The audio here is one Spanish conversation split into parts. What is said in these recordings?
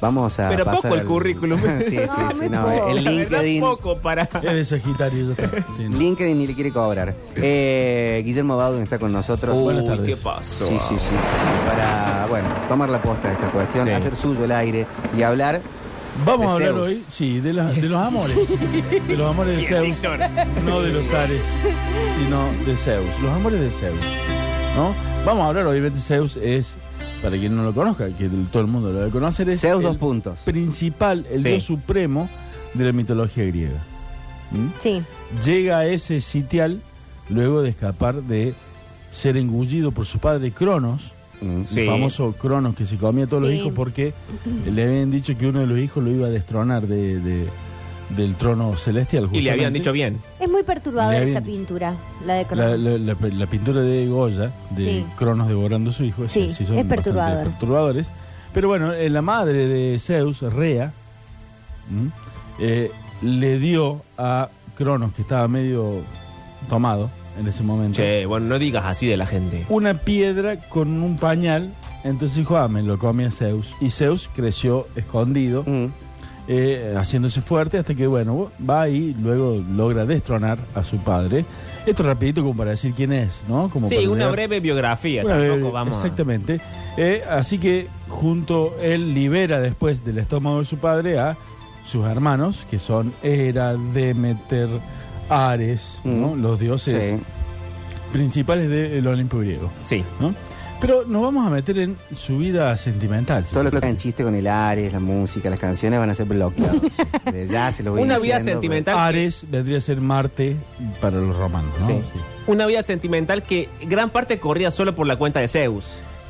Vamos a. Pero pasar poco el al- currículum. sí, sí, No, sí. me No, puedo. el La verdad, LinkedIn. poco para... Es de Sagitario. ya está. Sí, no. LinkedIn ni le quiere cobrar. Eh, Guillermo Bauden está con nosotros. Buenas Uy, ¿qué tardes. pasó? Sí, sí, sí, sí, sí, Para, bueno, tomar la posta de esta cuestión, Sí. hacer suyo el aire y hablar. Vamos a de hablar Zeus. hoy, sí, de, las- de los amores. De los amores de Bien, Zeus. Víctor. No de los Ares, sino de Zeus. Los amores de Zeus. ¿No? Vamos a hablar, obviamente, Zeus es, para quien no lo conozca, que todo el mundo lo debe conocer, es Zeus el dos puntos. principal, el Sí. dios supremo de la mitología griega. ¿Mm? Sí. llega a ese sitial luego de escapar de ser engullido por su padre Cronos, Mm. Sí. el famoso Cronos que se comía a todos Sí. los hijos porque le habían dicho que uno de los hijos lo iba a destronar de, de- del trono celestial. Y le habían justamente. dicho bien. Es muy perturbadora Le esa habían- pintura, la de La, Cronos. la- la- la pintura de Goya, de Sí. Cronos devorando a su hijo, Sí, esas es bastante perturbador. perturbadores. Pero bueno, eh, la madre de Zeus, Rea, ¿m? Eh, le dio a Cronos, que estaba medio tomado en ese momento, Che, bueno, no digas así de la gente. una piedra con un pañal. Entonces dijo, ah, me lo comía Zeus. Y Zeus creció escondido, Mm. eh, haciéndose fuerte hasta que, bueno, va y luego logra destronar a su padre. Esto rapidito como para decir quién es, ¿no? Como Sí, para una llegar- breve biografía, Una tampoco breve- vamos. a- Exactamente. Eh, así que junto él libera después del estómago de su padre a sus hermanos, que son Hera, Demeter, Ares, ¿no? Mm. los dioses Sí. principales del Olimpo griego. Sí. ¿no? Pero nos vamos a meter en su vida sentimental. Todo lo que hagan chiste con el Ares, la música, las canciones van a ser bloqueados. De ya se los voy Una vida diciendo, sentimental. Ares vendría a ser Marte para los romanos. ¿no? Sí. Sí. Una vida sentimental que gran parte corría solo por la cuenta de Zeus.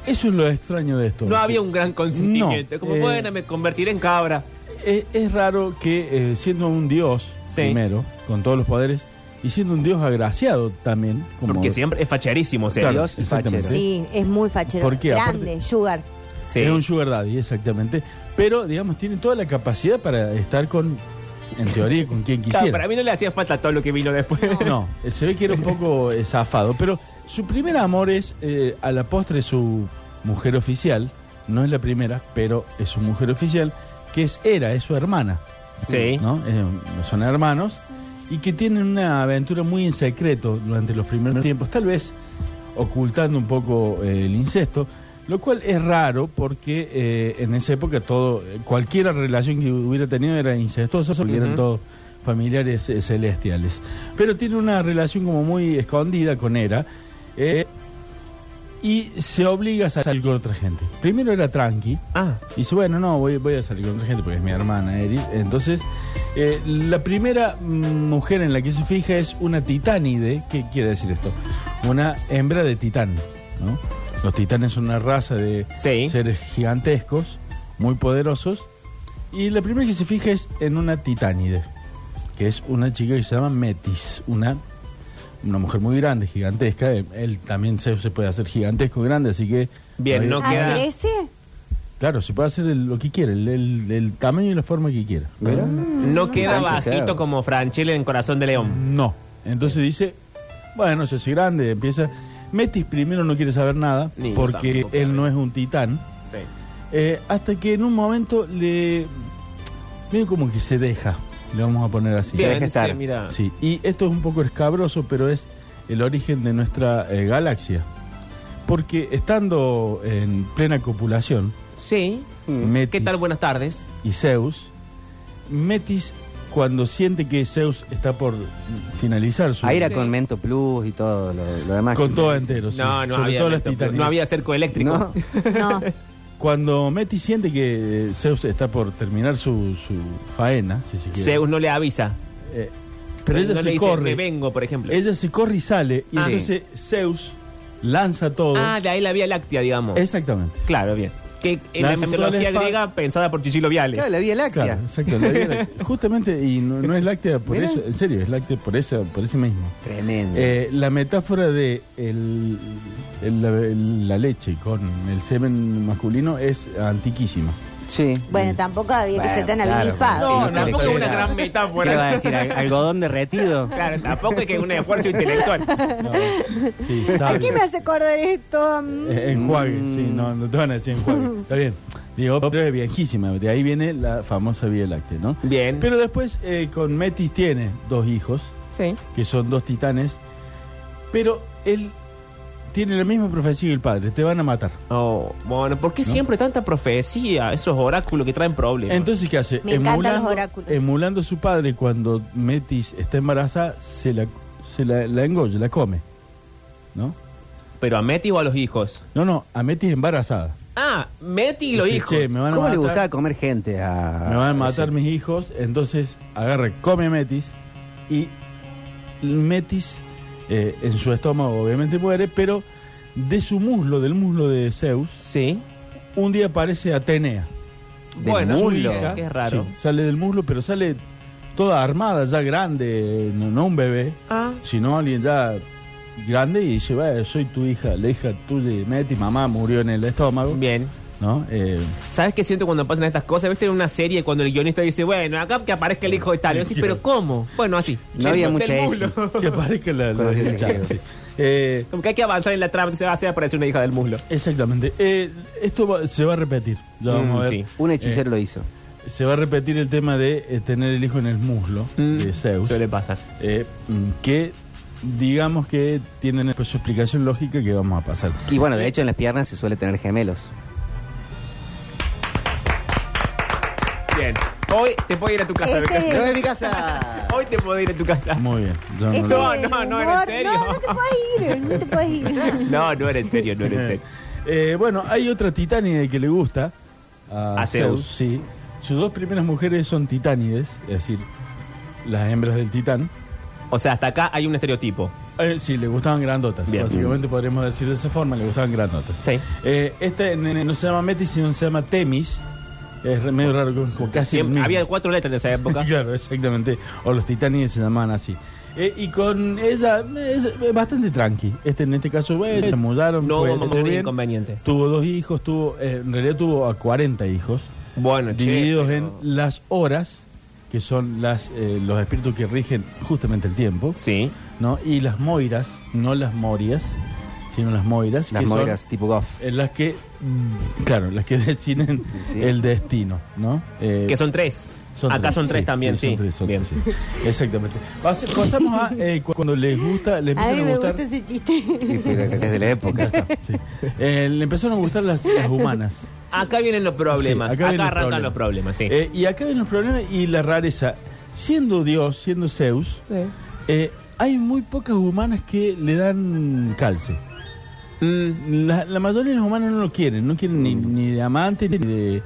Eso es lo extraño de esto. No había un gran consentimiento. No, Como, eh, bueno, me convertiré en cabra. Es, es raro que eh, siendo un dios, Sí. primero, con todos los poderes, y siendo un dios agraciado también, como Porque siempre es facherísimo, o sea, Claro, Dios y exactamente. fachero. Sí, es muy fachero. ¿eh? ¿Por qué? Grande, Aparte- sugar. sí. es un sugar daddy, exactamente. Pero, digamos, tiene toda la capacidad para estar con, en teoría, con quien Claro, quisiera. para mí no le hacía falta todo lo que vino después. No, eh, se ve que era un poco eh, zafado. Pero su primer amor es, eh, a la postre, su mujer oficial. No es la primera, pero es su mujer oficial, que es Hera, es su hermana. Sí. ¿no? Eh, son hermanos y que tienen una aventura muy en secreto durante los primeros tiempos, tal vez ocultando un poco eh, el incesto, lo cual es raro porque eh, en esa época todo, cualquier relación que hubiera tenido era incestuosa porque eran Ujú. todos familiares eh, celestiales. Pero tiene una relación como muy escondida con Hera eh, y se obliga a salir con otra gente. Primero era tranqui, Ah, y dice, bueno, no, voy, voy a salir con otra gente porque es mi hermana, Eri. Entonces, eh, la primera mm, mujer en la que se fija es una titánide. ¿Qué quiere decir esto? Una hembra de titán, ¿no? Los titanes son una raza de Sí. seres gigantescos, muy poderosos. Y la primera que se fija es en una titánide, que es una chica que se llama Metis, una, una mujer muy grande, gigantesca. Eh, Él también Zeus se puede hacer gigantesco, grande, así que... Bien, no no hay- ¿A queda- Ah, crece? Claro, se puede hacer el- lo que quiera, el, el- el tamaño y la forma que quiera. ¿Verdad? Mm. no queda Tanto bajito Zeus. como Franchelle en Corazón de León. No. Entonces dice, bueno, se hace grande, empieza. Metis primero no quiere saber nada Ni yo porque tampoco, él claro. no es un titán. Sí. Eh, hasta que en un momento le. Medio como que se deja, le vamos a poner así. Bien, deja sí, estar. mira. Sí, y esto es un poco escabroso, pero es el origen de nuestra eh, galaxia. Porque estando en plena copulación, Sí. Mm. Metis ¿Qué tal? Buenas tardes. y Zeus, Metis cuando siente que Zeus está por finalizar su Ahí era con Mento Plus y todo lo, lo demás. con que- todo entero, sí, No, no sobre había, todo las electro- titanías. no había cerco eléctrico. No. No. Cuando Metis siente que eh, Zeus está por terminar su, su faena, si se quiere, Zeus no le avisa. eh, pero ella no le se dice, "Me corre, vengo, por ejemplo. ella se corre y sale y Ah. entonces Zeus lanza todo, Ah, de ahí la Vía Láctea, digamos. exactamente. Claro, bien. Que en La la, central mitología es fa- griega pensada por Chichilo Viales. Claro, la Vía Láctea. Claro, exacto. la Vía Láctea. Justamente, y no, no es láctea por Mirá. eso, en serio, es láctea por eso, por ese mismo. Tremendo. Eh, la metáfora de el- el- la, la leche con el semen masculino es antiquísima. sí. Bueno, tampoco había que ser tan Bueno, claro, avispado. bueno, No, si te tampoco le es una queda- gran metáfora. ¿Qué le va a decir? ¿Al- ¿Algodón derretido? Claro, tampoco es que es un esfuerzo intelectual. Sí, ¿A sabe. qué me hace acordar esto? Eh, enjuague, Mm. sí, no, no te van a decir enjuague. Está bien. de obra viejísima, de ahí viene la famosa Vía Láctea, ¿no? Bien. Pero después eh, con Metis tiene dos hijos, sí. que son dos titanes, pero él tiene la misma profecía que el padre, te van a matar. Oh, bueno, ¿por qué ¿No? siempre tanta profecía? Esos oráculos que traen problemas. Entonces, ¿qué hace? Me encantan los oráculos. emulando a su padre cuando Metis está embarazada, se la, se la, la engolla, la come, ¿no? ¿Pero a Meti o a los hijos? No, no, a Metis embarazada. Ah, Meti y los Dice, hijos. "Che, me van a ¿Cómo le matar". gustaba comer gente a.? Me van a matar ese- mis hijos, entonces agarra, come metis y metis eh, en su estómago obviamente muere, pero de su muslo, del muslo de Zeus, Sí. un día aparece Atenea. Del bueno, su muslo. hija, que es raro. Sí, sale del muslo, pero sale toda armada, ya grande, no, no un bebé, Ah, sino alguien ya grande y dice, "Vaya, soy tu hija, la hija tuya de Metis, mamá murió en el estómago, bien. ¿no? Eh, ¿Sabes qué siento cuando pasan estas cosas? ¿Viste en una serie cuando el guionista dice, bueno, acá que aparezca el hijo de tal? Y yo así, ¿pero cómo? Bueno, así. No había Del mucha muslo. ese. que aparezca la... la- Con el- sí. Eh, Como que hay que avanzar en la trama, ah, se va a hacer aparecer una hija del muslo. Exactamente. Eh, esto va- se va a repetir. Ya vamos Mm, a ver. sí. Un Eh. hechicero lo hizo. Se va a repetir el tema de eh, tener el hijo en el muslo Mm, de Zeus. Suele pasar. eh, mm, que digamos que tienen pues, su explicación lógica que vamos a pasar. Y bueno, de hecho en las piernas se suele tener gemelos. Bien. Hoy te puedo ir a tu casa, Este Beca. es- mi casa! Hoy te puedo ir a tu casa. Muy bien. ya no Este lo- No, no, no, era en humor- serio. No, no te puedes ir, no te puedes ir. No, no era en serio, no era en serio. Eh, bueno, hay otra titánide que le gusta a, A Zeus. Sí. Sus dos primeras mujeres son titánides, es decir, las hembras del titán. O sea, hasta acá hay un estereotipo. Eh, sí, le gustaban grandotas. Bien. Básicamente podríamos decir de esa forma, le gustaban grandotas. Sí. Eh, este nene no se llama Metis, sino se llama Temis. Es re- medio raro, como casi el Siempre- mismo. había cuatro letras en esa época. Claro, exactamente. O los titanes se llamaban así. Eh, y con ella eh, es eh, bastante tranqui. Este, en este caso, eh, se mudaron, no fue- hubo estuvo mayor bien. inconveniente. Tuvo dos hijos, tuvo, eh, en realidad tuvo a 40 hijos, Bueno, che, divididos pero- en las horas, que son las eh, los espíritus que rigen justamente el tiempo, Sí. ¿no? Y las moiras, no las morias, sino las moiras. Las que son- moiras tipo Goff. en las que, mm, claro, las que deciden Sí. el destino, ¿no? Eh, Que son tres. acá son tres también, sí. son tres, son Bien. tres, sí. Exactamente. Pas- pasamos a eh, cu- cuando les gusta, le A empiezan mí a, me gustar. gusta ese chiste. Y pero Desde la Ya época. está, sí. Eh, le empezaron a gustar las, las humanas. Acá vienen los problemas. Sí, acá vienen arrancan los problemas, sí. Eh, y acá vienen los problemas y la rareza. Siendo Dios, siendo Zeus, eh, hay muy pocas humanas que le dan calce. Mm, La, la mayoría de los humanos no lo quieren, no quieren ni, ni de amante, ni de.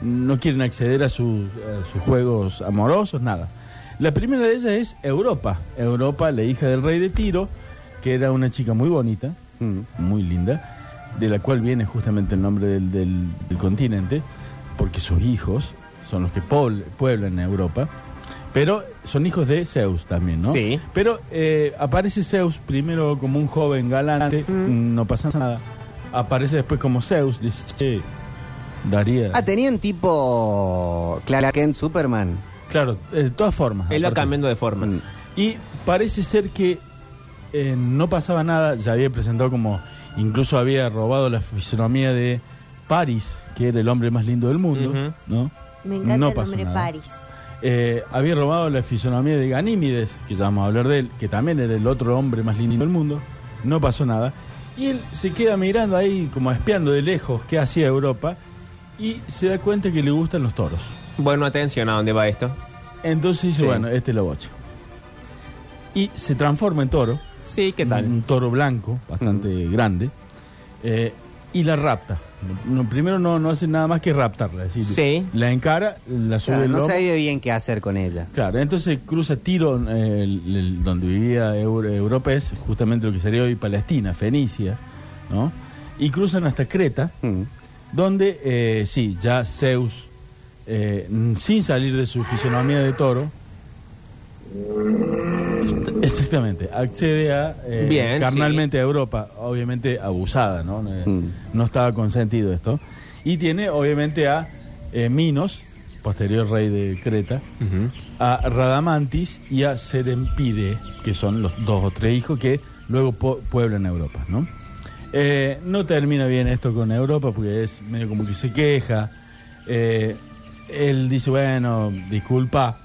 no quieren acceder a, sus- a sus juegos amorosos, nada. La primera de ellas es Europa. Europa, la hija del rey de Tiro, que era una chica muy bonita, Mm. muy linda, de la cual viene justamente el nombre del, del- del continente, porque sus hijos son los que pobl- pueblan Europa, pero son hijos de Zeus también, ¿no? Sí. Pero eh, aparece Zeus primero como un joven galante, no pasa nada. Aparece después como Zeus, dice, che, daría... Ah, tenían tipo Clara Kent Superman. Claro, eh, de todas formas. él va aparte. cambiando de formas. Mm. Y parece ser que eh, no pasaba nada, ya había presentado como, incluso había robado la fisonomía de París, que era el hombre más lindo del mundo, Ujú. ¿no? Me encanta No el pasó nombre nada. Paris. Eh, había robado la fisonomía de Ganímides, que ya vamos a hablar de él, que también era el otro hombre más lindo del mundo, no pasó nada. Y él se queda mirando ahí, como espiando de lejos qué hacía Europa, y se da cuenta que le gustan los toros. Bueno, atención a dónde va esto. Entonces dice, Sí. bueno, este lo bocho. Y se transforma en toro. Sí, ¿qué Un tal? toro blanco, bastante grande. eh, y la rapta. No, primero no, no hace nada más que raptarla. es decir, Sí. La encara, la O sube sea, el no lomo. sabía bien qué hacer con ella. Claro, entonces cruza Tiro, eh, el- el- donde vivía Eu- Europa, es justamente lo que sería hoy Palestina, Fenicia, ¿no? Y cruzan hasta Creta, Mm. donde, eh, sí, ya Zeus, eh, mm, sin salir de su fisonomía de toro, exactamente, accede a, eh, Bien, carnalmente a Europa, obviamente abusada, ¿no? Eh, Mm. No estaba consentido esto. Y tiene, obviamente, a eh, Minos, posterior rey de Creta, a Radamantis y a Serempide, que son los dos o tres hijos que luego po- pueblan Europa, ¿no? Eh, no termina bien esto con Europa porque es medio como que se queja, eh, él dice, bueno, disculpa.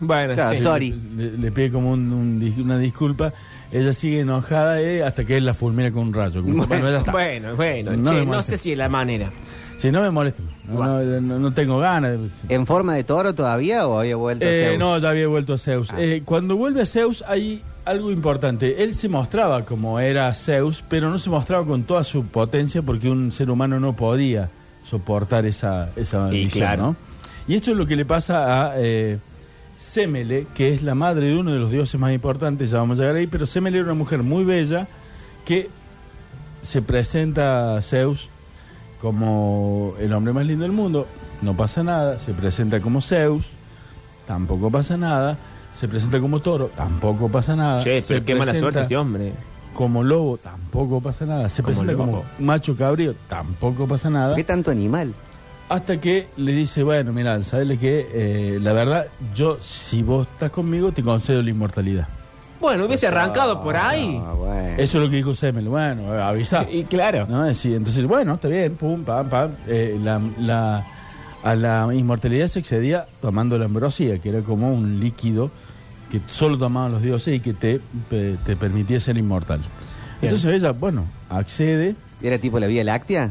Bueno, Claro, sí. so- Sorry. Le, le pide como un- un dis- una disculpa. Ella sigue enojada eh, hasta que él la fulmina con un rayo. como dice, bueno, ya está. Bueno, bueno, No che, me no molesta. sé si es la manera. Si no me molesta, no, no- no- no tengo ganas. ¿En forma de toro todavía o había vuelto Eh, a Zeus? no, ya había vuelto a Zeus. Ah. Eh, cuando vuelve a Zeus hay algo importante. Él se mostraba como era Zeus, pero no se mostraba con toda su potencia porque un ser humano no podía soportar esa, esa Y visión, claro. ¿no? Y esto es lo que le pasa a eh, Semele, que es la madre de uno de los dioses más importantes, ya vamos a llegar ahí, pero Semele era una mujer muy bella que se presenta a Zeus como el hombre más lindo del mundo, no pasa nada, se presenta como Zeus, tampoco pasa nada, se presenta como toro, tampoco pasa nada, Che, Ah, se pero qué mala presenta suerte este hombre. como lobo, tampoco pasa nada, se Como presenta lobo. como macho cabrío, tampoco pasa nada, ¿Qué tanto animal? hasta que le dice, bueno, mira, sabes que eh, la verdad, yo si vos estás conmigo te concedo la inmortalidad. Bueno, hubiese arrancado por ahí. Ah, bueno. Eso es lo que dijo Semel, bueno, avisa. Y claro. ¿no? Es decir, entonces, bueno, está bien, pum, pam, pam. Eh, la- la- a la inmortalidad se excedía tomando la ambrosía, que era como un líquido que solo tomaban los dioses y que te, pe- te permitía ser inmortal. Entonces ella, bueno, accede. ¿Era tipo la Vía Láctea?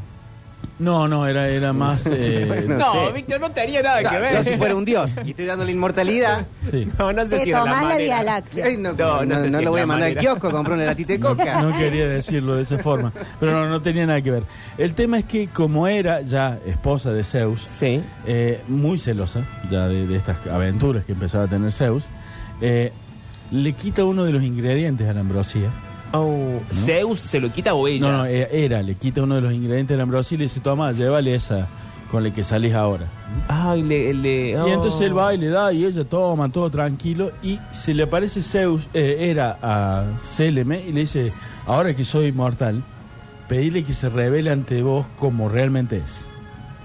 No, no, era, era más... eh, No No, sé. Víctor, no tenía nada que No, ver. yo si fuera un dios y estoy dando la inmortalidad. sí. No, no sé Te si era la tomás la manera. Vía Láctea. Ay, no, No, no no- sé no si lo es voy la a mandar al manera. kiosco a comprar una latita de coca. No quería decirlo de esa forma, pero no, no tenía nada que ver. El tema es que como era ya esposa de Zeus, Sí. eh, muy celosa ya de, de estas aventuras que empezaba a tener Zeus, eh, le quita uno de los ingredientes a la ambrosía. Oh, Zeus se lo quita o ella. No, no, eh, era, le quita uno de los ingredientes a la ambrosía y le dice, toma, llévale esa con la que salís ahora. Ay, le, le- oh. Y entonces él va y le da y ella toma, todo tranquilo, y se le aparece Zeus, eh, era a Seleme, y le dice, ahora que soy inmortal, pedile que se revele ante vos como realmente es.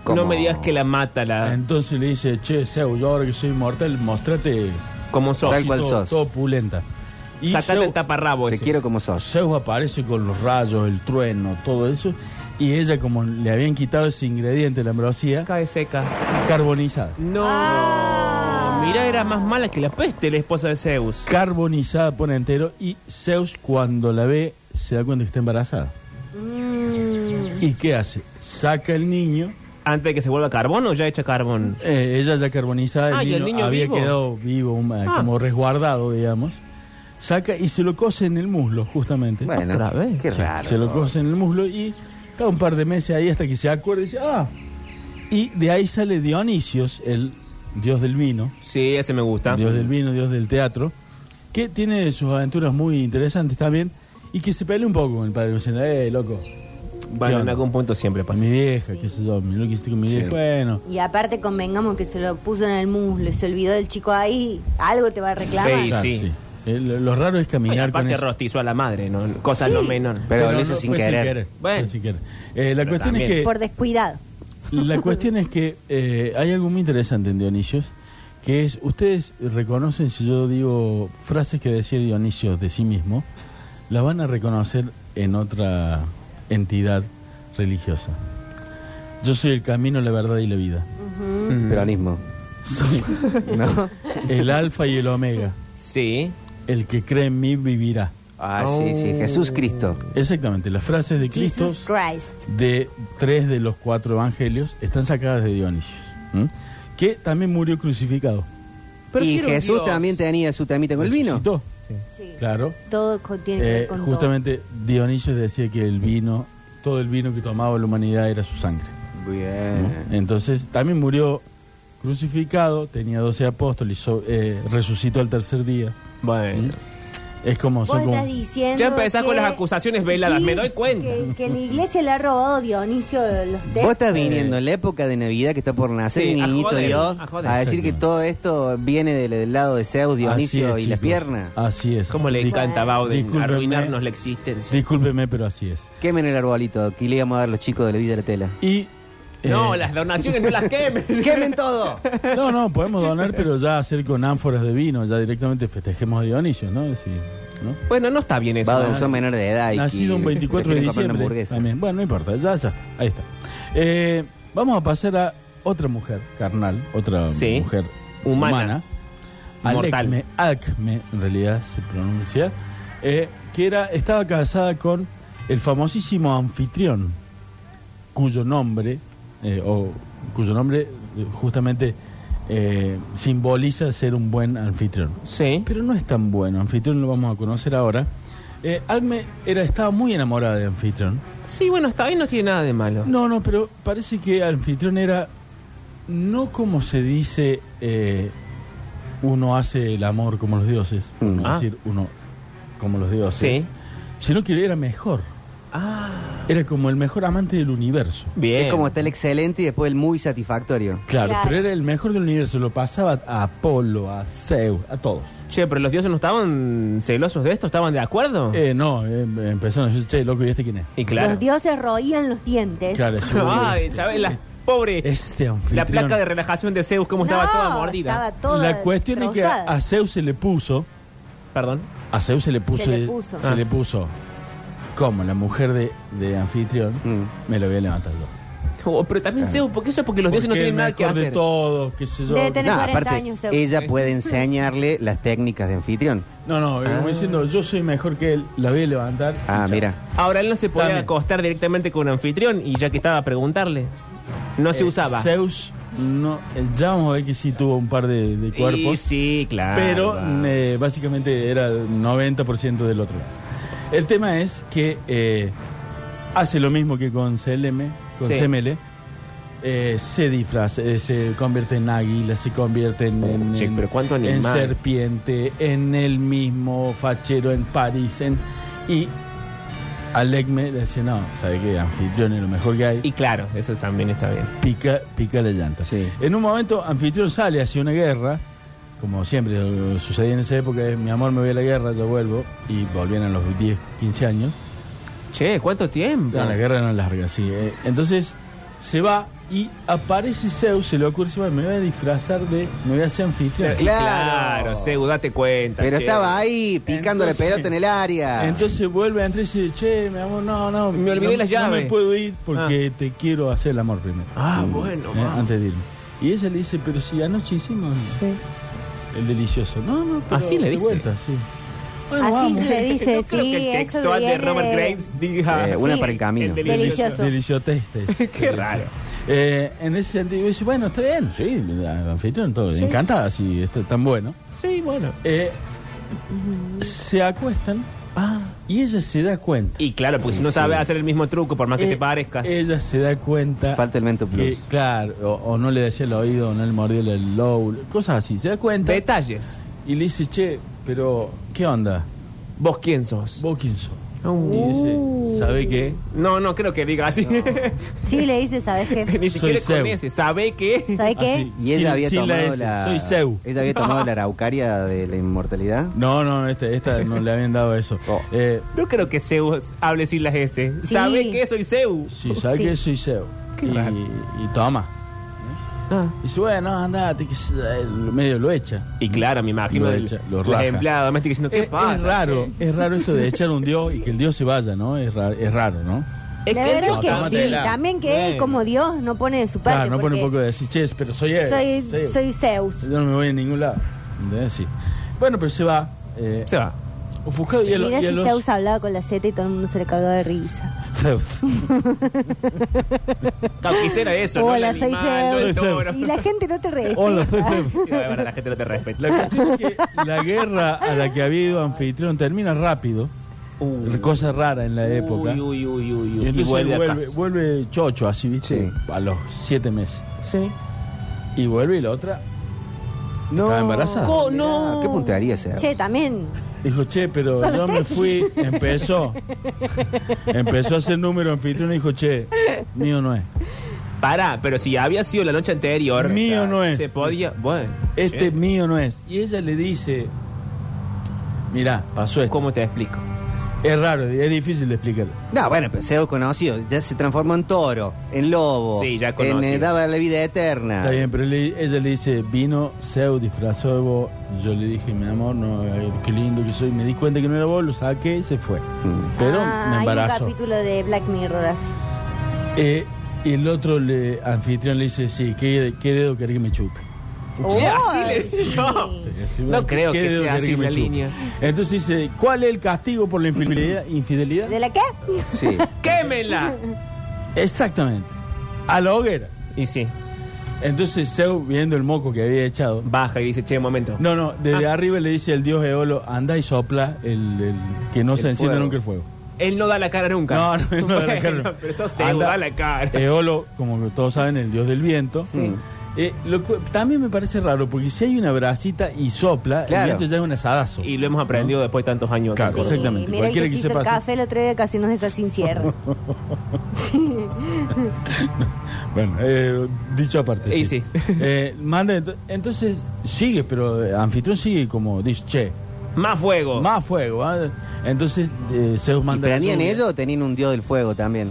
Como- No me digas que la mata la. Entonces le dice, che, Zeus, yo ahora que soy inmortal, mostrate Como sos. Tal cual todo, sos. todo opulenta. Y Sacate Zeus, el taparrabo Te ese. quiero como sos. Zeus aparece con los rayos, el trueno, todo eso. Y ella, como le habían quitado ese ingrediente, la ambrosía, Cae seca. carbonizada. No. Mira, era más mala que la peste la esposa de Zeus. Carbonizada pone entero. Y Zeus, cuando la ve, se da cuenta que está embarazada. Mm. ¿Y qué hace? Saca el niño. Antes de que se vuelva carbón o ya hecha carbón. eh, ella ya carbonizada, el, Ah, ¿y niño, el niño había vivo? quedado vivo, um, eh, Ah. como resguardado, digamos. Saca y se lo cose en el muslo, justamente. Bueno, Otra vez. qué Sí, raro. Se lo todo. cose en el muslo y está un par de meses ahí hasta que se acuerda y dice, ah. Y de ahí sale Dionisios, el dios del vino, Sí, ese me gusta. dios del vino, dios del teatro, que tiene sus aventuras muy interesantes también y que se pelea un poco con el padre diciendo, eh, loco, Bueno, en Claro. algún punto siempre pasa. mi vieja, qué sé yo, lo que hiciste con mi Sí. vieja, bueno. Y aparte convengamos que se lo puso en el muslo y se olvidó del chico ahí, algo te va a reclamar. Sí, Claro, sí. Eh, lo, lo raro es Bueno, caminar con aparte eso. rostizó a la madre, ¿no? Cosa no menor. Pero lo hizo no, sin fue querer. Bueno. fue sin querer. Eh, la Pero cuestión es también. que... Por descuidado. La cuestión es que eh, hay algo muy interesante en Dionisios, que es, ustedes reconocen si yo digo frases que decía Dionisios de sí mismo, las van a reconocer en otra entidad religiosa. Yo soy el camino, la verdad y la vida. Mm. Peronismo. Soy ¿No? el alfa y el omega. Sí. El que cree en mí vivirá. Ah, sí, sí. Oh. Jesús Cristo. Exactamente, las frases de Cristo Jesus Christ. de tres de los cuatro evangelios están sacadas de Dionisios, ¿m? que también murió crucificado. y si era un Jesús dios. también tenía su tamita con el vino. Resucitó. Sí. Claro. Todo co- tiene que Eh, ver con todo. justamente Dionisio decía que el vino, todo el vino que tomaba la humanidad era su sangre. ¿no? Mm. Bien. Entonces también murió crucificado, tenía 12 apóstoles, so- eh, resucitó al tercer día. Bueno. Mm. Es como... Vos son como- estás diciendo. Ya empezás con que- las acusaciones veladas, me doy cuenta. Que, que la iglesia le ha robado Dionisio los textos. Vos estás viniendo en la época de Navidad que está por nacer Sí, el a niñito joder, Dios a joder. a, decir que Exacto. todo esto viene del, del lado de Zeus, Así Dionisio es, y las chicos. Ah. piernas. Así es. ¿Cómo le Di- encanta Bauden discúlpenme. arruinarnos la existencia? Discúlpeme, pero así es. Quemen el arbolito, aquí le íbamos a dar los chicos de la vida de la tela. Y... eh, No, las donaciones no las quemen. ¡Quemen todo! No, no, podemos donar, pero ya hacer con ánforas de vino, ya directamente festejemos a Dionisio, ¿no? Es decir, ¿no? bueno, no está bien eso. Bauden Ah, son menor de edad. y Nacido un que 24 de prefieren comprar una diciembre. hamburguesa. También. Bueno, no importa, ya, ya, ahí está. Eh, vamos a pasar a otra mujer carnal, otra Sí. mujer humana, Humana. Mortal. Alekme, Alkme, en realidad se pronuncia, eh, que era, estaba casada con el famosísimo anfitrión, cuyo nombre, eh, o cuyo nombre eh, justamente eh, simboliza ser un buen anfitrión. Sí. Pero no es tan bueno, anfitrión lo vamos a conocer ahora. Eh, Alcme era, estaba muy enamorada de anfitrión. Sí, bueno, está bien, no tiene nada de malo. No, no, pero parece que anfitrión era no como se dice eh, uno hace el amor como los dioses, Mm. no Ah. decir uno como los dioses, Sí. sino que era mejor, Ah, era como el mejor amante del universo. bien. Es como está el excelente y después el muy satisfactorio. Claro, Claro. pero era el mejor del universo, lo pasaba a Apolo, a Zeus, a todos. Che, pero los dioses no estaban celosos de esto, estaban de acuerdo. Eh, no, eh, empezaron a decir, che, loco, ¿y este quién es? y claro. Los dioses roían los dientes. Claro, sí, boludo, Ay, este- ¿sabes? La pobre. Este la anfitrión. placa de relajación de Zeus, como estaba No, toda mordida. Estaba toda La cuestión es que a, destrozada. a Zeus se le puso... Perdón. A Zeus se le puso. eh, Se le puso. se le Ah. puso, ¿Cómo? La mujer de, de anfitrión Mm. me lo voy a levantar yo. Oh, pero también Ah. Zeus, porque eso es porque los dioses no Porque tienen nada que mejor de hacer. todos, qué sé yo. Debe tener- Tiene No, 40 aparte, años, seguro. ella puede enseñarle las técnicas de anfitrión. No, no, eh, Ah. como diciendo, yo soy mejor que él, la voy a levantar. y Ah, chao. mira. Ahora él no se podía También. acostar directamente con un anfitrión y ya que estaba a preguntarle. No se Eh, usaba. Zeus, no, eh, ya vamos a ver que sí tuvo un par de, de Y cuerpos. sí, claro. pero va. eh, básicamente era el 90% del otro lado. El tema es que eh, hace lo mismo que con CLM, con Sí. CML. eh, se disfraza, eh, se convierte en águila, se convierte en, en- Che, en- pero cuánto en animal. serpiente, en el mismo fachero en París, en, y Alecme le decía, no, sabe que anfitrión es lo mejor que hay Y claro, eso también está bien. pica, pica la llanta. Sí. En un momento, Anfitrión sale hacia una guerra, como siempre eh, sucedía en esa época, es, mi amor me voy a la guerra, yo vuelvo, y volvían a los 10, 15 años. Che, ¿cuánto tiempo? No, la guerra no es larga, sí. eh. Entonces se va y aparece Zeus, se le ocurre, se va, me voy a disfrazar de, me voy a hacer anfitrión. Claro. Claro, Zeus, date cuenta. Pero che. estaba ahí picando la Entonces- pelota en el área. Entonces vuelve a entrar y dice, che, mi amor, no, no, Me olvidé no- las No me llaves. puedo ir porque te quiero hacer el amor primero. Ah, bueno, Eh, va. antes de irme. Y ella le dice, pero si anoche hicimos el delicioso. No, no, pero Así le de dice. Vuelta, sí. Así vamos. se le dice, Yo creo sí, que el eso textual de viene Robert Graves diga. Sí, una Sí. para el camino. El Delicioso. Delicioteste. Qué raro. este. Eh, en ese sentido, dice, bueno, está bien, sí, anfitrión, todo, encantada, sí, está tan bueno. Sí, bueno. Eh, se acuestan Ah. y ella se da cuenta. Y claro, porque si no Sí. sabes hacer el mismo truco, por más que Eh, te parezcas. Ella se da cuenta Falta el mento que, plus. claro, o, o no le decía el oído, o no le mordía el lóbulo, cosas así. Se da cuenta Detalles. y le dice, che, pero, ¿qué onda? ¿Vos quién sos? Bokinson. Uh. Y dice, ¿sabe qué? No, no creo que diga así. Sí, le dice, ¿sabes qué? Ni siquiera Soy con Zeus. ese. ¿Sabe qué? ¿Sabes qué? Así. Y ella Sin- había sin la tomado S, la. soy Zeus. Ella había tomado la araucaria de la inmortalidad. No, no, este- esta no le habían dado eso. Oh. Eh, No creo que Zeus hable sin las S. Sí. ¿Sabe qué? Soy Zeus. sí, ¿sabes Oh, Sí. qué? Soy Zeus. Qué y, raro. y toma. Ah. Y dice, bueno, andate, que se- eh, medio lo echa. Y claro, me imagino. Lo el- echa, lo los raja. empleados domésticos diciendo, ¿qué Es, pasa? es raro, che? es raro esto de echar un dios y que el dios se vaya, ¿no? Es, ra- es raro, ¿no? Es la que verdad Dios es que no, sí. tómatela. También que él, Bueno. como Dios, no pone de su parte. claro, no pone un poco porque de decir, che, pero soy él. soy, Zeus. soy Zeus. Yo no me voy a ningún lado. ¿entendés? Sí. Bueno, pero se va. Eh, Se va. Ofuscado y a, lo- Mira y a si los... Zeus hablaba con la Z y todo el mundo se le cagaba de risa. Zeus. Claro, quisiera eso, no el Hola, soy animal, no el Zeus. toro. Y la gente no te respeta. Hola, soy Zeus. Y la verdad, la gente no te respeta. La cuestión es que la guerra a la que ha habido anfitrión termina rápido, Uy. cosa rara en la época. Uy, uy, uy, uy, uy. Y entonces vuelve vuelve, a vuelve, casa. chocho, así, ¿viste? Sí. A los siete meses. Sí. Y vuelve y la otra estaba embarazada. Co- Ah, no. ¿Qué puntearía ser? Che, también. Dijo, che, pero Son los yo me tenis. fui. Empezó. empezó a hacer número anfitrión y dijo, che, mío no es. Pará, pero si había sido la noche anterior. Mío no es. Se podía. Bueno. Este che, mío no es. Y ella le dice, mirá, pasó esto. ¿Cómo te explico? Es raro, es difícil de explicar. No, bueno, pero Zeus conocido. Ya se transformó en toro, en lobo. Sí, ya En, conocido. eh, daba la vida eterna. Está bien, pero le- ella le dice, vino Zeus disfrazado de vos. Yo le dije, mi amor, no, eh, qué lindo que soy. Me di cuenta que no era vos, lo saqué y se fue. Mm. Pero Ah, me Hay un embarazó. capítulo de Black Mirror así. Eh, Y el otro le- anfitrión le dice, sí, ¿qué, qué dedo querés que me chupe? ah, Sí, así Ay, le dijo. Oh, sí. Así, No creo ¿qué que dedo sea querés así me la chupe? línea. Entonces dice, ¿cuál es el castigo por la infidelidad? infidelidad? ¿De la qué? Sí. ¡Quémela! Exactamente, a la hoguera. Y sí, Entonces Zeus, viendo el moco que había echado, baja y dice, che, un momento. no, no, desde arriba le dice el dios Eolo, anda y sopla el, el- que no El se encienda fuego. nunca el fuego. Él no da la cara nunca. No, no, él no da la cara. Bueno, Pero eso se Anda. eh, da la cara. Eolo, como todos saben, el dios del viento. Sí. Eh, lo cu- también me parece raro, porque si hay una brasita y sopla, Claro. el viento ya es un asadazo. Y lo hemos aprendido después de tantos años. Claro, Sí. exactamente. Mira, el Cualquiera que que se hizo sepa el hacer- café el otro día casi nos deja sin cierre. Bueno, eh, dicho aparte. Y sí. Eh, manda, ento- entonces sigue, pero eh, Anfitrión sigue como dice, che, Más fuego. más fuego. ¿ah? Entonces eh, Zeus ¿Y manda. prendían lluvia. ellos o tenían un dios del fuego también?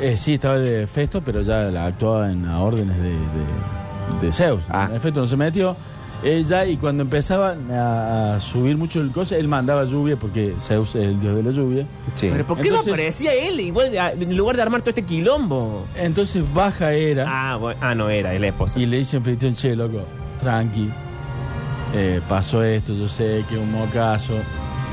Eh, sí, estaba de Festo, pero ya la actuaba en a órdenes de, de- de Zeus. Ah. Festo no se metió. Ella, y cuando empezaban a, a subir mucho el coche, él mandaba lluvia, porque Zeus es el dios de la lluvia. Sí. Pero ¿por qué Entonces- no aparecía él? Igual, a- en lugar de armar todo este quilombo. Entonces baja Hera Ah, bueno, ah, no era, el esposo. ¿Eh? y le dice a Anfitrión, che, loco, tranqui, eh, pasó esto, yo sé que es un mocazo,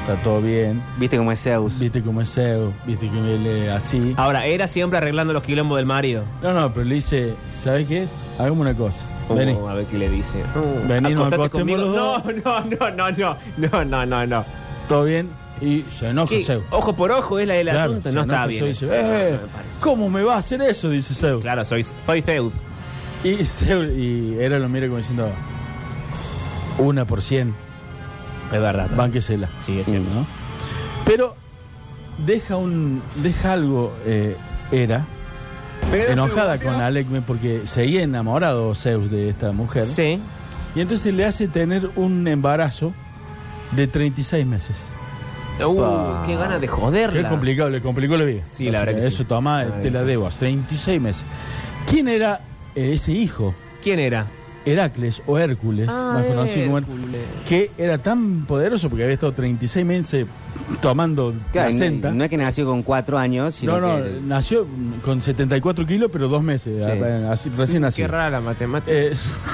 está todo bien. ¿Viste cómo es Zeus? Viste cómo es Zeus, viste que él es así. Ahora, era siempre arreglando los quilombos del marido. No, no, pero le dice, ¿sabes qué? Hagamos una cosa. Uh, Vení. a ver qué le dice. Ah, Vení, nos Acostate acostemos conmigo. los No, dos. no, no, no, no, no, no, no, no. todo bien y se enoja ¿Qué? Zeus. Ojo por ojo es la del Claro, asunto. se No está enoja bien. Zeus eso. y dice, "Eh, No, no me parece. ¿Cómo me va a hacer eso? Dice Zeus. Claro, soy, soy Zeus. Y Zeus y Hera lo mira como diciendo una por cien, Es verdad. bánquesela. Sí, es cierto. ¿No? Pero deja un deja algo eh, Hera enojada con Alecme porque seguía enamorado Zeus de esta mujer Sí. y entonces le hace tener un embarazo de 36 meses. Uh, Pa. qué ganas de joderla. Qué complicado, le complicó la vida. Sí, la Así verdad que Eso sí. toma, La verdad te que la sí. debo, 36 meses. ¿Quién era eh, ese hijo? ¿Quién era? Heracles o Hércules, Ah, más conocido como Hércules, que era tan poderoso porque había estado 36 meses tomando Claro, no- placenta. no es que nació con cuatro años, No, sino no, que- nació con 74 kilos, pero dos meses, a- así- recién Qué nació. rara la matemática. Eh,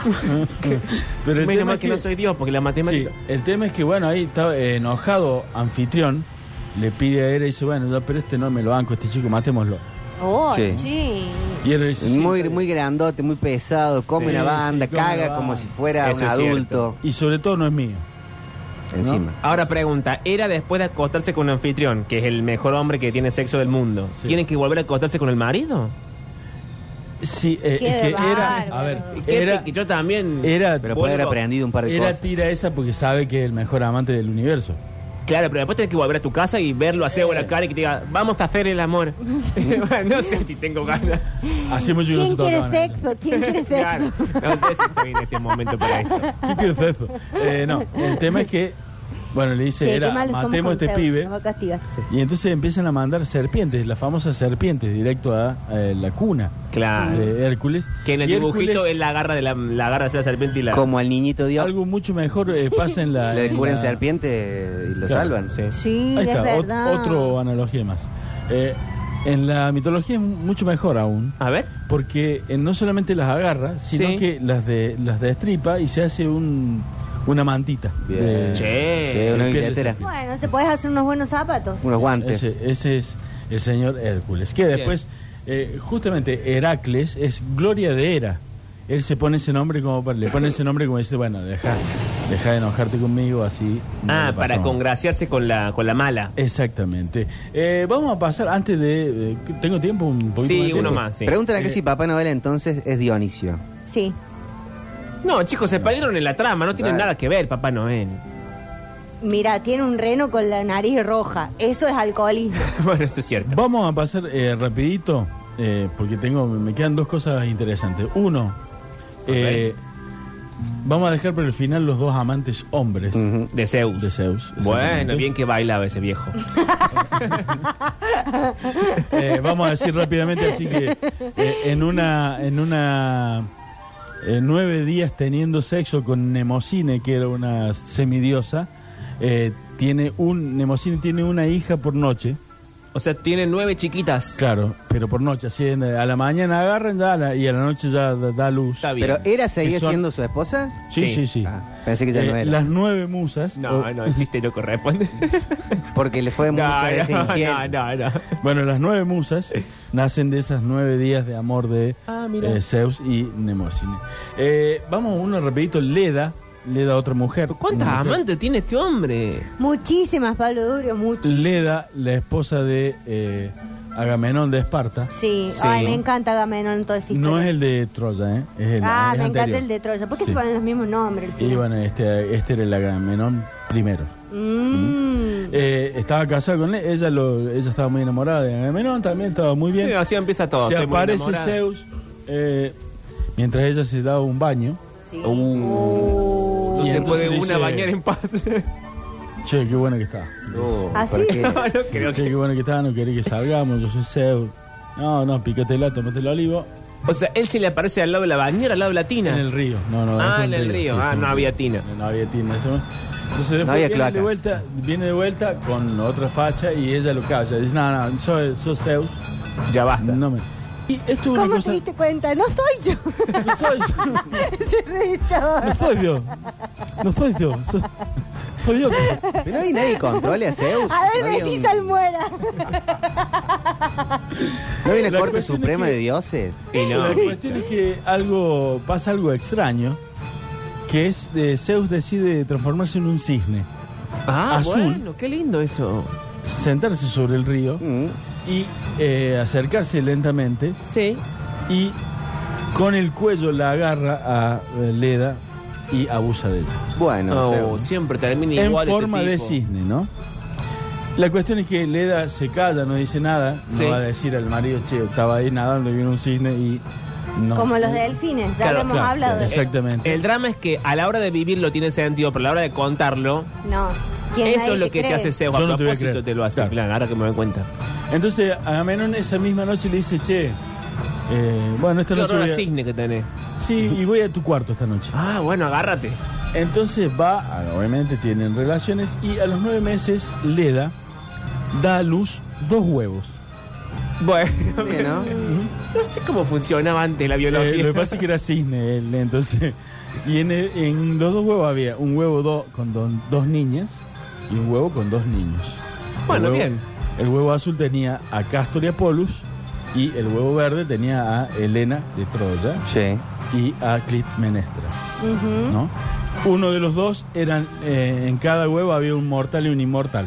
pero el Menos tema mal es que, no soy Dios, porque la Sí, matemática. el tema es que, bueno, ahí estaba eh, enojado anfitrión, le pide a Hera y dice, bueno, ya, pero este no me lo banco, este chico, matémoslo. Oh, Sí. sí. Y Hera dice, "Sí, muy, está bien". muy grandote, muy pesado, come Sí, una banda, sí, come caga una banda. como si fuera Eso un es adulto. Y sobre todo no es mío. Encima. Ahora pregunta, era después de acostarse con un anfitrión, que es el mejor hombre que tiene sexo del mundo. Sí. ¿Tiene que volver a acostarse con el marido? Sí, eh, Qué es que era, bárbaro. a ver, ¿Qué Ah. era, que yo también. era- Pero puede haber Vuelvo. aprendido un par de era cosas. tira esa porque sabe que es el mejor amante del universo. Claro, pero después tenés que volver a tu casa y verlo a Sebo la cara y que te diga, vamos a hacer el amor. no sé si tengo ganas. Así mucho que no se ¿Quién quiere tocaban, ¿eh? sexo? ¿Quién quiere sexo? Claro, no sé si estoy en este momento para esto. ¿Quién quiere sexo? Eh, no, el tema es que, bueno, le dice, Che, qué era, malos somos matemos a con este Zeus, pibe. nos va a castigar. Y entonces empiezan a mandar serpientes, las famosas serpientes, directo a eh, la cuna Claro. de Hércules. Ah. Que en el Y dibujito Hércules, él la agarra de la, la agarra de la serpiente y la. Como al niñito Dios, algo mucho mejor eh, pasa en la... le en descubren la- serpiente y lo Claro, salvan. Sí. Sí, Ahí Mm, es está, ot- verdad. otro analogía más. Eh, en la mitología es mucho mejor aún, A ver. porque eh, no solamente las agarra, sino Sí. que las de las destripa y se hace un, una mantita. Bien. de- Che. Sí, una de piel de billetera. serpiente. Bueno, te podés hacer unos buenos zapatos. Unos guantes. Ese, eh, ese es el señor Hércules. Que Bien. después, eh, justamente Heracles es gloria de Hera. Él se pone ese nombre como para- le pone ese nombre como dice, bueno, deja, deja de enojarte conmigo así. no Ah, le para pasamos. congraciarse con la, con la mala. Exactamente. Eh, vamos a pasar antes de. eh, ¿Tengo tiempo? Un poquito Sí, de uno tiempo? más, sí. Pregúntale que Eh, si Papá Noel entonces es Dionisio. Sí. No, chicos, se perdieron en la trama, no tienen Claro. nada que ver, Papá Noel. Mira, tiene un reno con la nariz roja. Eso es alcoholismo. bueno, eso es cierto. Vamos a pasar eh, rapidito, eh, porque tengo, me quedan dos cosas interesantes. Uno, eh, vamos a dejar para el final los dos amantes hombres Ujú. De Zeus. de Zeus. Bueno, exactamente. bien que bailaba ese viejo. Eh, vamos a decir rápidamente, así que eh, en una, en una eh, nueve días teniendo sexo con Nemocine, que era una semidiosa, eh, tiene un Nemocine tiene una hija por noche O sea, tiene nueve chiquitas. Claro, pero por noche, así en- eh, a la mañana agarran ya, a la- y a la noche ya da, da luz. Está bien. ¿Pero era seguía Que son- siendo su esposa? Sí, sí, sí. Ah, pensé que ya Eh, no era. Las nueve musas. No, o- no, el chiste no corresponde. Porque le fue no, muchas veces no, infiel. no, no, no. Bueno, las nueve musas nacen de esas nueve días de amor de Ah, mira. eh, Zeus y Nemocine. Eh, vamos uno rapidito, Leda, Leda otra mujer. ¿Cuántas Una mujer. amantes tiene este hombre? Muchísimas, Pablo Duro, muchísimas. Leda, la esposa de eh, Agamenón de Esparta. Sí. Sí. ay, me encanta Agamenón en toda esta No es historia. el de Troya, ¿eh? Es el, Ah, es me anterior. encanta el de Troya. ¿Por qué Sí. se ponen los mismos nombres? al Y final? bueno, este, este era el Agamenón primero. Mm. Eh, estaba casada con él, ella, lo, ella estaba muy enamorada de Agamenón, también estaba muy bien. Sí, así empieza todo. se estoy muy aparece enamorada. Zeus eh, mientras ella se daba un baño. Sí. Uh. No Oh. Y se entonces puede le una dice- bañar en paz. Che, qué buena que está. No, ¿Así? porque- no, no creo che, que... qué buena que está, no querés que salgamos, yo soy Zeus. No, no, picatela, tomate el olivo. O sea, él se le aparece al lado de la bañera, al lado de la tina. En el río. No, no, Ah, esto en es un el río. esto Ah, es un no había río. tina. No, no había tina. eso. Entonces después había viene, de cloacas. vuelta, viene de vuelta con otra facha y ella lo calla. Dice, no, no, soy, soy Zeus. Ya basta. No me... Y esto es una ¿Cómo cosa... te diste cuenta? No soy yo. No soy yo. Se me echó. No soy yo. No soy yo. Soy, soy yo. Pero no hay nadie que controle a Zeus. A ver, no había me un- decís almuera. ¿No viene La Corte cuestión es Suprema que- de Dioses? Y no. La cuestión es que algo pasa algo extraño, que es eh, Zeus decide transformarse en un cisne, Ah, Azul. bueno, qué lindo eso. sentarse sobre el río Mm. y eh, acercarse lentamente Sí. y con el cuello la agarra a eh, Leda y abusa de ella. Bueno, Ah, No, Zeus. Oh, siempre termina En igual este forma de tipo. cisne, ¿no? La cuestión es que Leda se calla, no dice nada, Sí. no va a decir al marido, che, estaba ahí nadando y vino un cisne y no. Como los delfines, ya Claro, lo hemos claro, hablado. de eso. Exactamente. Eh, El drama es que a la hora de vivirlo tiene sentido, pero a la hora de contarlo, No. ¿Quién eso nadie es lo que te cree? hace Zeus. Yo A no te voy a propósito creer. te lo hace, Claro. claro, ahora que me doy cuenta. Entonces Agamenón esa misma noche le dice, che, eh, bueno, esta Qué noche horror voy a a- cisne que tenés. Sí, y voy a tu cuarto esta noche. Ah, bueno, agárrate. Entonces va, ah, obviamente tienen relaciones, y a los nueve meses Leda da a luz dos huevos. Bueno, Bien, ¿no? no sé cómo funcionaba antes la Eh, biología. lo que pasa es que era cisne él, entonces. Y en, el- en los dos huevos había un huevo do- con don- dos niñas y un huevo con dos niños. El Bueno, huevo- bien. El huevo azul tenía a Castor y a Polus, y el huevo verde tenía a Helena de Troya Sí. y a Clitmenestra. Ujú. ¿no? Uno de los dos eran, eh, en cada huevo había un mortal y un inmortal.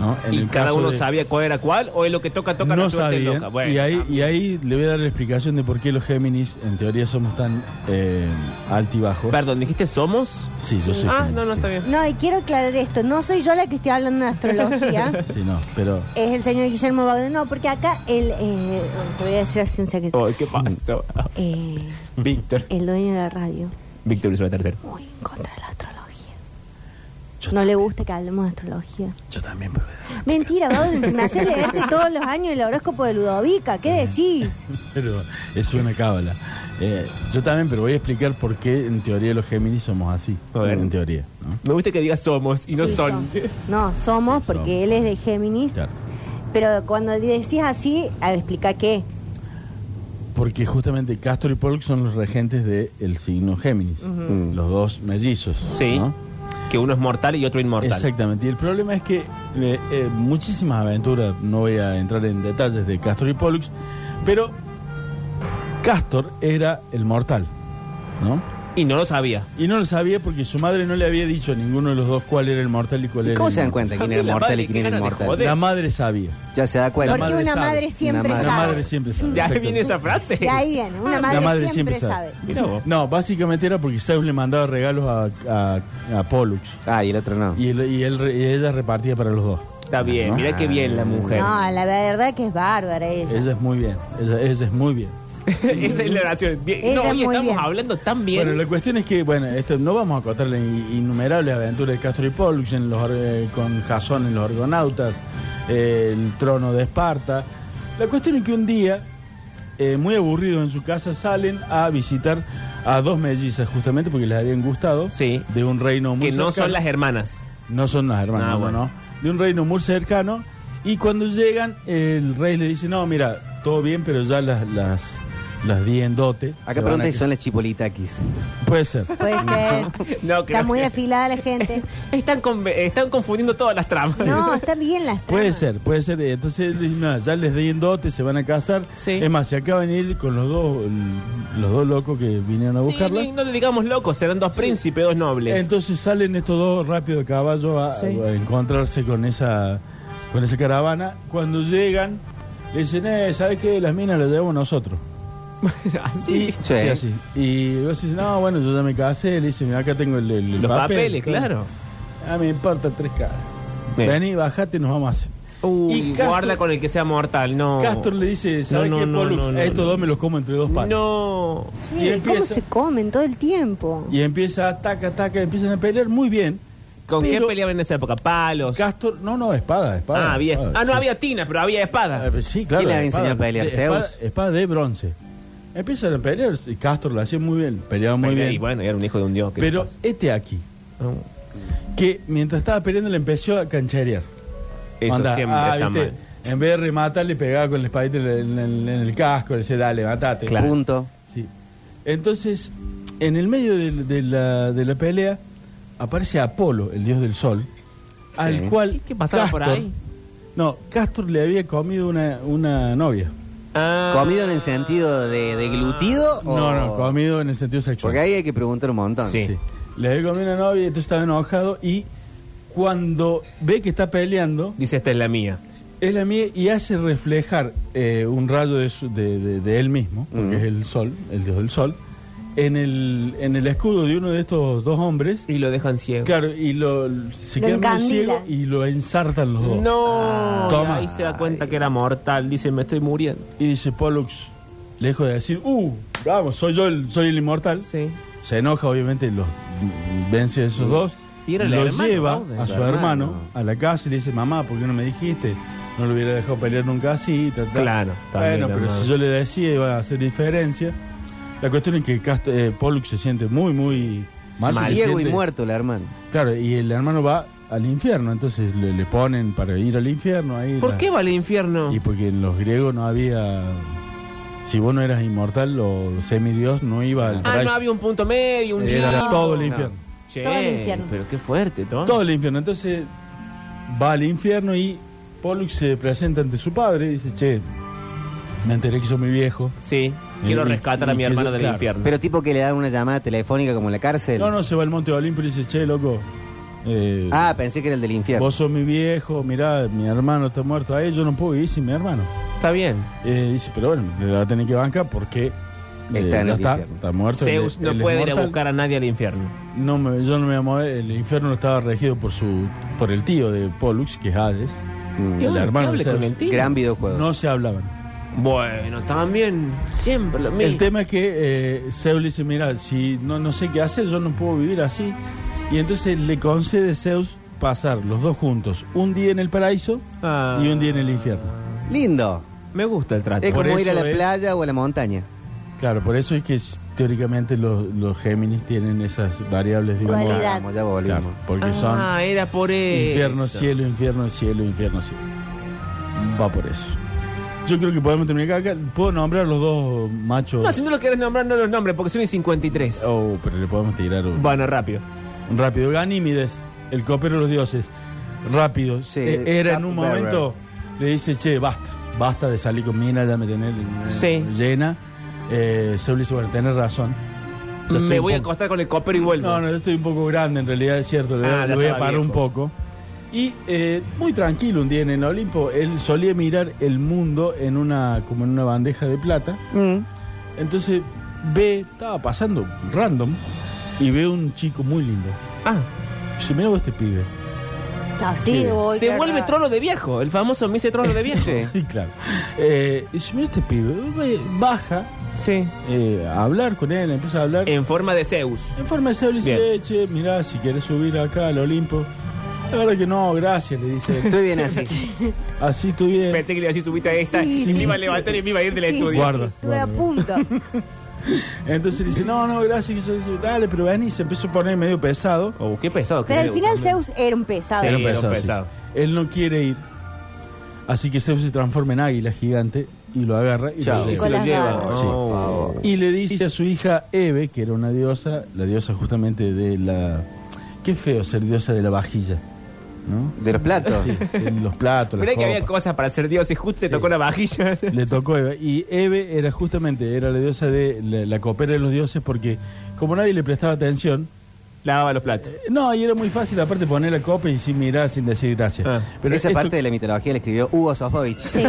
¿no? En y el cada caso uno de- sabía cuál era cuál, o es lo que toca, toca, no la suerte es sabían. loca. Bueno, y, ahí, ah, y ahí le voy a dar la explicación de por qué los Géminis, en teoría, somos tan eh, altibajos. Perdón, ¿dijiste somos? Sí, yo Sí. soy ah, Géminis, no, no, sí. está bien. No, y quiero aclarar esto. No soy yo la que estoy hablando de astrología. Sí, no, pero es el señor Guillermo Baudin. No, porque acá el. eh, te voy a decir así un Oh. secreto. Ay, ¿Qué pasó? Eh, Víctor. el dueño de la radio. Víctor hizo la tercera. Muy en contra de la astrología. yo, No le gusta que hablemos de astrología. yo también. pero- Mentira, Baudin. Si me hace leerte todos los años el horóscopo de Ludovica, ¿qué decís? Pero es una cábala. Eh, yo también, pero voy a explicar por qué, en teoría, los Géminis somos así. A ver. En teoría. ¿no? Me gusta que digas somos y no Sí, son. No, somos Sí, porque somos. él es de Géminis. Claro. Pero cuando decís así, a ver, explica qué. Porque justamente Castor y Pollux son los regentes del signo Géminis, Ujú. los dos mellizos. Sí. ¿no? Que uno es mortal y otro inmortal. Exactamente. Y el problema es que eh, eh, muchísimas aventuras, no voy a entrar en detalles de Castor y Pollux, pero Castor era el mortal, ¿no? Y no lo sabía. Y no lo sabía porque su madre no le había dicho a ninguno de los dos cuál era el mortal y cuál ¿Y era cómo el se dan inmortal. cuenta quién era La mortal madre, y quién qué era ganas de inmortal? joder. La madre sabía. Ya se da cuenta. La Porque madre una sabe. madre siempre Una La sabe. madre siempre sabe. De ahí exactamente. viene esa frase. De ahí viene, una La madre, madre siempre, siempre sabe. Mira vos. No, básicamente era porque Zeus le mandaba regalos a, a- a Pollux. Ah, y el otro no. Y, él- y él re- y ella repartía para los dos. Está bien, ¿No? mira qué bien la mujer. No, la verdad que es bárbara ella. Ella es muy bien. Ella, ella es muy bien. Esa es la oración. Bien. Ella No, es hoy muy estamos bien. hablando tan bien. Bueno, la cuestión es que, bueno, esto, no vamos a contar las in- innumerables aventuras de Castro y Pollux en los, ar- eh, con Jasón en los Argonautas, eh, el trono de Esparta. La cuestión es que un día, eh, muy aburridos en su casa, salen a visitar a dos mellizas, justamente porque les habían gustado, Sí. de un reino que muy no cercano. son las hermanas. No son las hermanas, Ah, no, bueno. no. De un reino muy cercano Y cuando llegan, el rey le dice, no, mira, todo bien, pero ya las, las, las di en dote. Se Acá van preguntan a si son las chipolitaquis. que- Puede ser. Puede ser. No, Está creo muy que- afilada la gente. Están, conve- están confundiendo todas las tramas. No, están bien las Puede tramas. ser, puede ser. eh, Entonces, le dice, no, ya les di en dote, se van a casar. Sí. Es más, se acaban de ir con los dos, los dos locos que vinieron a Sí, buscarla. no le digamos locos, serán dos príncipes, dos nobles. Entonces salen estos dos rápido de caballo a, Sí. a encontrarse con esa con esa caravana. Cuando llegan, le dicen, eh, ¿sabes qué? Las minas las llevamos nosotros. Así. Sí. así. Y vos dices, no, bueno, yo ya me casé. Le dicen, acá tengo el, el- el Los papel". papeles, claro. Ah, me importa tres caras. Bien. Vení, bajate, nos vamos a hacer. Uy, Y Castro- guarda con el que sea mortal, no. Castro le dice, ¿sabes No, no, qué, no, Pollux? no, no, A estos no. dos me los como entre dos palos. No. Sí, Y ¿Cómo empieza- se comen todo el tiempo? Y empieza, taca, taca, empiezan a pelear muy bien. ¿Con Pero- qué peleaban en esa época? Palos. Castor, no, no, espada, espada. ah, había, espada, ah, no sí. había tina, pero había Ah, espada. pues sí, claro. ¿Quién le había espada- enseñado a pelear? de- espada- ¿Zeus? Espada de bronce. Empiezan a pelear, y Castor lo hacía muy bien, peleaba muy Pelea, bien. Y bueno, era un hijo de un dios. ¿qué Pero le pasa? este aquí, No, que mientras estaba peleando le empezó a cancharear. Eso Onda, siempre ah, está ¿viste? mal. En vez de rematar, le pegaba con el espadito en, el- en el- en el casco, le decía, dale, matate. Claro. Punto. Sí. Entonces, en el medio del- de, la, de la pelea, aparece Apolo, el dios del sol, al Sí. cual. ¿Y qué pasaba por ahí? No, Castor le había comido una, una novia. Ah. ¿Comido en el sentido de deglutido? o- No, no, comido en el sentido sexual. Oh. Porque ahí hay que preguntar un montón. Sí. Sí. Le había comido una novia, entonces estaba enojado y cuando ve que está peleando, Dice, esta es la mía. es la mía y hace reflejar eh, un rayo de, su- de- de- de él mismo, porque Mm. es el sol, el dios del sol, en el, en el escudo de uno de estos dos hombres. Y lo dejan ciego. Claro, y lo, se Lo queda muy encandila. ciego y lo ensartan los dos. No, Ah, toma. ahí se da cuenta que era mortal. Dice, me estoy muriendo. Y dice Pollux, lejos de decir, uh, vamos, soy yo, el, soy el inmortal. Sí. Se enoja, obviamente, los vence a esos dos. Y era el lo hermano, lleva ¿no? a su Hermano. hermano, a la casa y le dice, mamá, ¿por qué no me dijiste? No lo hubiera dejado pelear nunca así. ta, ta". Claro, también, Bueno, pero hermano. si yo le decía iba a hacer diferencia. La cuestión es que Cast- eh, Pollux se siente muy, muy mal. se Ciego y siente- muerto, la hermana. Claro, y el hermano va al infierno, entonces le, le ponen para ir al infierno ahí. ¿Por la- qué va al infierno? Ah, Y porque en los griegos no había... Si vos no eras inmortal o semidios, no iba al Ah, paraíso. no había un punto medio, un Era lío. todo el No. infierno. Che, Todo el infierno. pero qué fuerte, ¿no? Todo el infierno. Entonces va al infierno y Pollux se presenta ante su padre y dice, che, me enteré que sos mi viejo. Sí, quiero Y- rescatar a y mi que hermano yo- del claro. infierno. Pero tipo que le dan una llamada telefónica como en la cárcel. No, no, se va al monte de Olimpo y le dice, che, loco, eh, Ah, pensé que era el del infierno. vos sos mi viejo, mirá, mi hermano está muerto. Ahí yo no puedo vivir sin mi hermano. Está bien. Eh, dice, pero bueno, le va a tener que bancar porque eh, en ya el está, infierno. está muerto. Zeus él- no él es puede ir a mortal. buscar a nadie al infierno. No me- yo no me voy a mover, el infierno estaba regido por su por el tío de Pollux, que es Hades. Mm. El Dios, hermano hable de con Zeus. el tío. Gran videojuego. No se hablaban. Bueno, también siempre lo mismo. El tema es que eh, Zeus le dice, mira, si no, no sé qué hacer, yo no puedo vivir así. Y entonces le concede Zeus pasar los dos juntos, un día en el paraíso Ah. y un día en el infierno. Lindo. Me gusta el trato. Es Por como ir a eso la es- playa o a la montaña. Claro, por eso es que s- teóricamente los, los Géminis tienen esas variables, digamos. Dualidad. Vamos, ya volvimos. Claro, porque ah, son era por eso. infierno, cielo, infierno, cielo, infierno, cielo. Va por eso. Yo creo que podemos terminar acá. ¿Puedo nombrar los dos machos? No, si no lo querés nombrar, no los nombres, porque son el 53. Oh, pero le podemos tirar un... Bueno, rápido. Un Rápido, Ganímides, el copero de los dioses. Rápido, Sí, Eh, era en Cup un bearer. momento, le dice, che, basta, basta de salir con mina, ya me tenés Sí. eh, llena. Eh, Zeus le dice, bueno, tenés razón. Ya estoy Me un voy a poco- acostar con el copero y vuelvo. No, no, yo estoy un poco grande, en realidad es cierto, le, Ah, voy- ya le voy a estaba parar un viejo. poco. Y eh, muy tranquilo un día en el Olimpo, él solía mirar el mundo en una, como en una bandeja de plata. Mm. Entonces ve, estaba pasando random, y ve un chico muy lindo. Ah, Se mira vos este pibe. No, sí, Sí. voy, se claro. vuelve trono de viejo. El famoso me hice trono de viejo. Sí. Y claro. Eh, y dice, mira este pibe, eh, baja Sí. eh, a hablar con él, empieza a hablar. En forma de Zeus. En forma de serio le dice, Em. Bien. che, mirá, si quieres subir acá al Olimpo. La verdad que no, gracias, le dice. Estoy bien así. Así estoy bien. Pensé que le iba a decir subiste a esta. Sí, y me sí, iba a sí. levantar y me iba a ir del Sí, sí, estudio. Guarda, sí, estuve a guarda. punto. Entonces le dice, no, no, gracias. Y yo dice, dale, pero ven y se empezó a poner medio pesado. Oh, qué pesado que Pero al Zeus final también. Zeus era un pesado. Sí, Era era pesado, pesado. sí, sí. Él no quiere ir. Así que Zeus se transforma en águila gigante y lo agarra y Chao. lo Y lleva. se lo Nicolás lleva. Garro. Sí. Oh. Pavo. Y le dice a su hija Eve, que era una diosa, la diosa justamente de la... Qué feo ser diosa de la vajilla, ¿no? De los platos. Sí, de los platos, las Mirá que había copas. cosas para ser Dios y justo te tocó la vajilla. Le tocó Eva. Y Eve era justamente, era la diosa de la, la copera de los dioses porque como nadie le prestaba atención, Lavaba los platos. eh, no, y era muy fácil aparte poner la copa y sin mirar, sin decir gracias. Ah. Pero Esa esto- parte de la mitología la escribió Hugo Sofovich. Sí.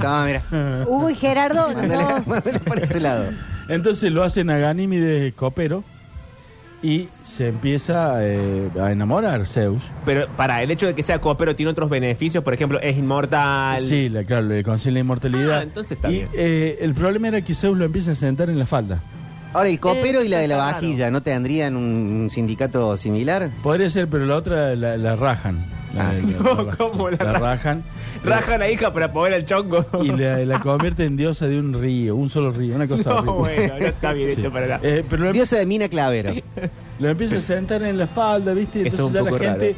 Toma, mira. Hugo y Gerardo, Mándale, no. mándale por ese lado. Entonces lo hacen a Ganímedes copero y se empieza eh, a enamorar Zeus. Pero para el hecho de que sea copero tiene otros beneficios, por ejemplo, es inmortal. Sí, la- claro, le consigue la inmortalidad. Ah, entonces está y, bien. eh, el problema era que Zeus lo empieza a sentar en la falda. Ahora, el copero Eh, y la de la está raro. vajilla, ¿no tendrían un sindicato similar? Podría ser, pero la otra la, la rajan. La- Ah, la- la- no, la- ¿cómo la la ra- rajan? Raja a la hija para poder al chongo. y la, la convierte en diosa de un río, un solo río, una cosa No, horrible. bueno, no está bien Sí. esto para la... Eh, pero lo, Diosa de Mina Clavero. lo empieza a sentar en la espalda, ¿viste? Entonces Eso es un ya la poco gente,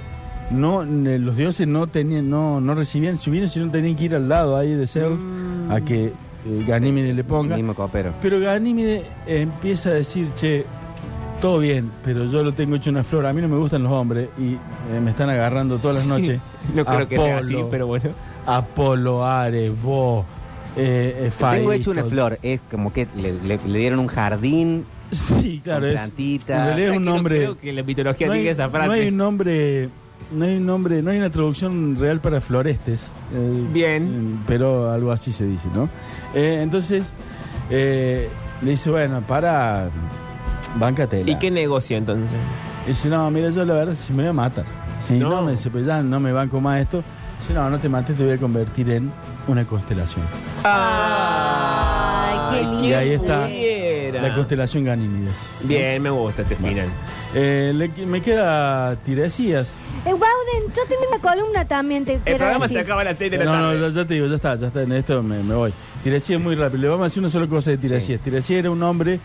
no, n- los dioses no tenían, no, no recibían su vino, sino tenían que ir al lado ahí de Zeus a Mm. que eh, Ganímedes le ponga. Mismo copero. Pero Ganímedes empieza a decir, che, todo bien, pero yo lo tengo hecho una flor, a mí no me gustan los hombres y eh, me están agarrando todas las noches. No creo que sea así, Apolo, pero bueno. Apolo, Ares, vos, eh, eh, Lo Tengo hecho Faisto. una flor. Es como que le, le- le dieron un jardín. Sí, claro, Con es. plantitas. En O realidad sea, es que un no nombre. creo que la mitología no hay- diga esa frase. no hay un nombre. No hay un nombre, no hay una traducción real para florestes. eh, Bien. eh, Pero algo así se dice, ¿no? Eh, entonces, eh, le dice, bueno, para. Báncatela. ¿Y qué negocio entonces? Y Dice, no, mira, yo la verdad si me voy a matar. Si no, No. me dice, pues ya no me banco más esto. Dice, no, no te mates, te voy a convertir en una constelación. Ay, qué lindo. Eh, Y ahí está Era. la constelación Ganímedes. Bien, me gusta este final. Eh, le- me queda Tiresías. Eh, Bauden, yo tengo una columna también, te El quiero programa decir. se acaba a las 6 de la No, no, tarde. ya, ya te digo, ya está, ya está, en esto me, me voy. Tiresías muy rápido. Le vamos a decir una sola cosa de Tiresías. Tiresías era un hombre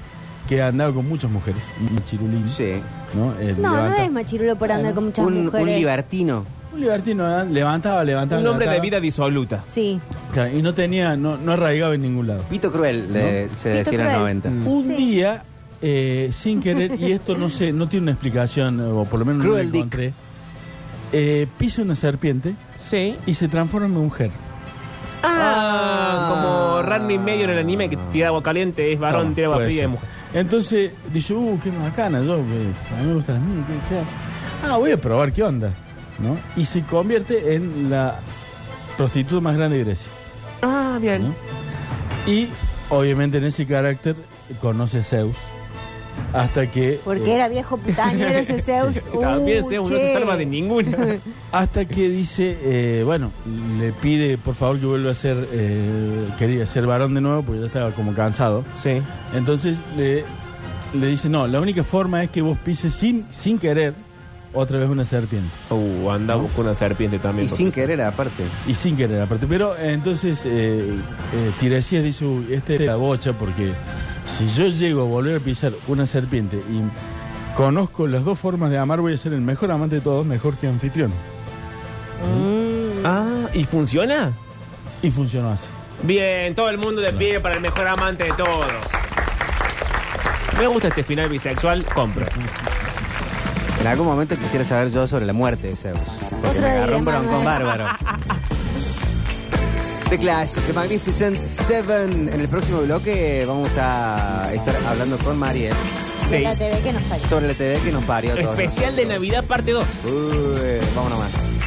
que andaba con muchas mujeres. Un chirulín. Sí. ¿no? Eh, No, no levanta- es machirulo por andar con muchas Un, un mujeres. libertino. Un libertino, ¿eh? levantaba, levantaba. Un hombre de levantaba. vida disoluta. Sí. Claro, Y no tenía, no, no arraigaba en ningún lado. Pito Cruel, le- se Pito decía en los Cruel. 90. Mm. Un Sí. día, eh, sin querer, y esto no sé, no tiene una explicación, o por lo menos Cruel no Dick. la encontré, eh, pisa una serpiente Sí. y se transforma en mujer. Ah, como Ranma y medio en el anime que tira agua caliente, es varón, Toma, tira agua puede fría, ser. es mujer. Entonces, dice, uh, qué bacana, yo, que a mí me gustan las minas, qué- qué- Ah, voy a probar qué onda, ¿no? Y se convierte en la prostituta más grande de Grecia. Ah, bien. ¿no? Y, obviamente, en ese carácter, conoce a Zeus. Hasta que... Porque eh, era viejo putañero ese Zeus. También Uh, Zeus no se che. salva de ninguna. Hasta que dice, eh, bueno, le pide por favor que vuelva a ser, eh, quería ser varón de nuevo porque ya estaba como cansado. Sí. Entonces le, le dice, no, la única forma es que vos pises sin, sin querer otra vez una serpiente. Uh, anda busca una serpiente también. Y sin querer, aparte. Y sin querer aparte. Pero eh, entonces eh, eh, Tiresias dice, "Uy, este es la bocha porque si yo llego a volver a pisar una serpiente y conozco las dos formas de amar, voy a ser el mejor amante de todos, mejor que anfitrión. Mm. Ah, ¿y funciona? Y funcionó así. Bien, todo el mundo de pie para el mejor amante de todos. Me gusta este final bisexual, compro. En algún momento quisiera saber yo sobre la muerte de Zeus. Porque Otro me agarró un día, broncón Manuel. bárbaro. The Clash, The Magnificent Seven. En el próximo bloque vamos a estar hablando con Mariel De Sí. la TV que nos falla. sobre la TV que nos parió a todos. Especial de Navidad parte 2. Uy, vámonos más.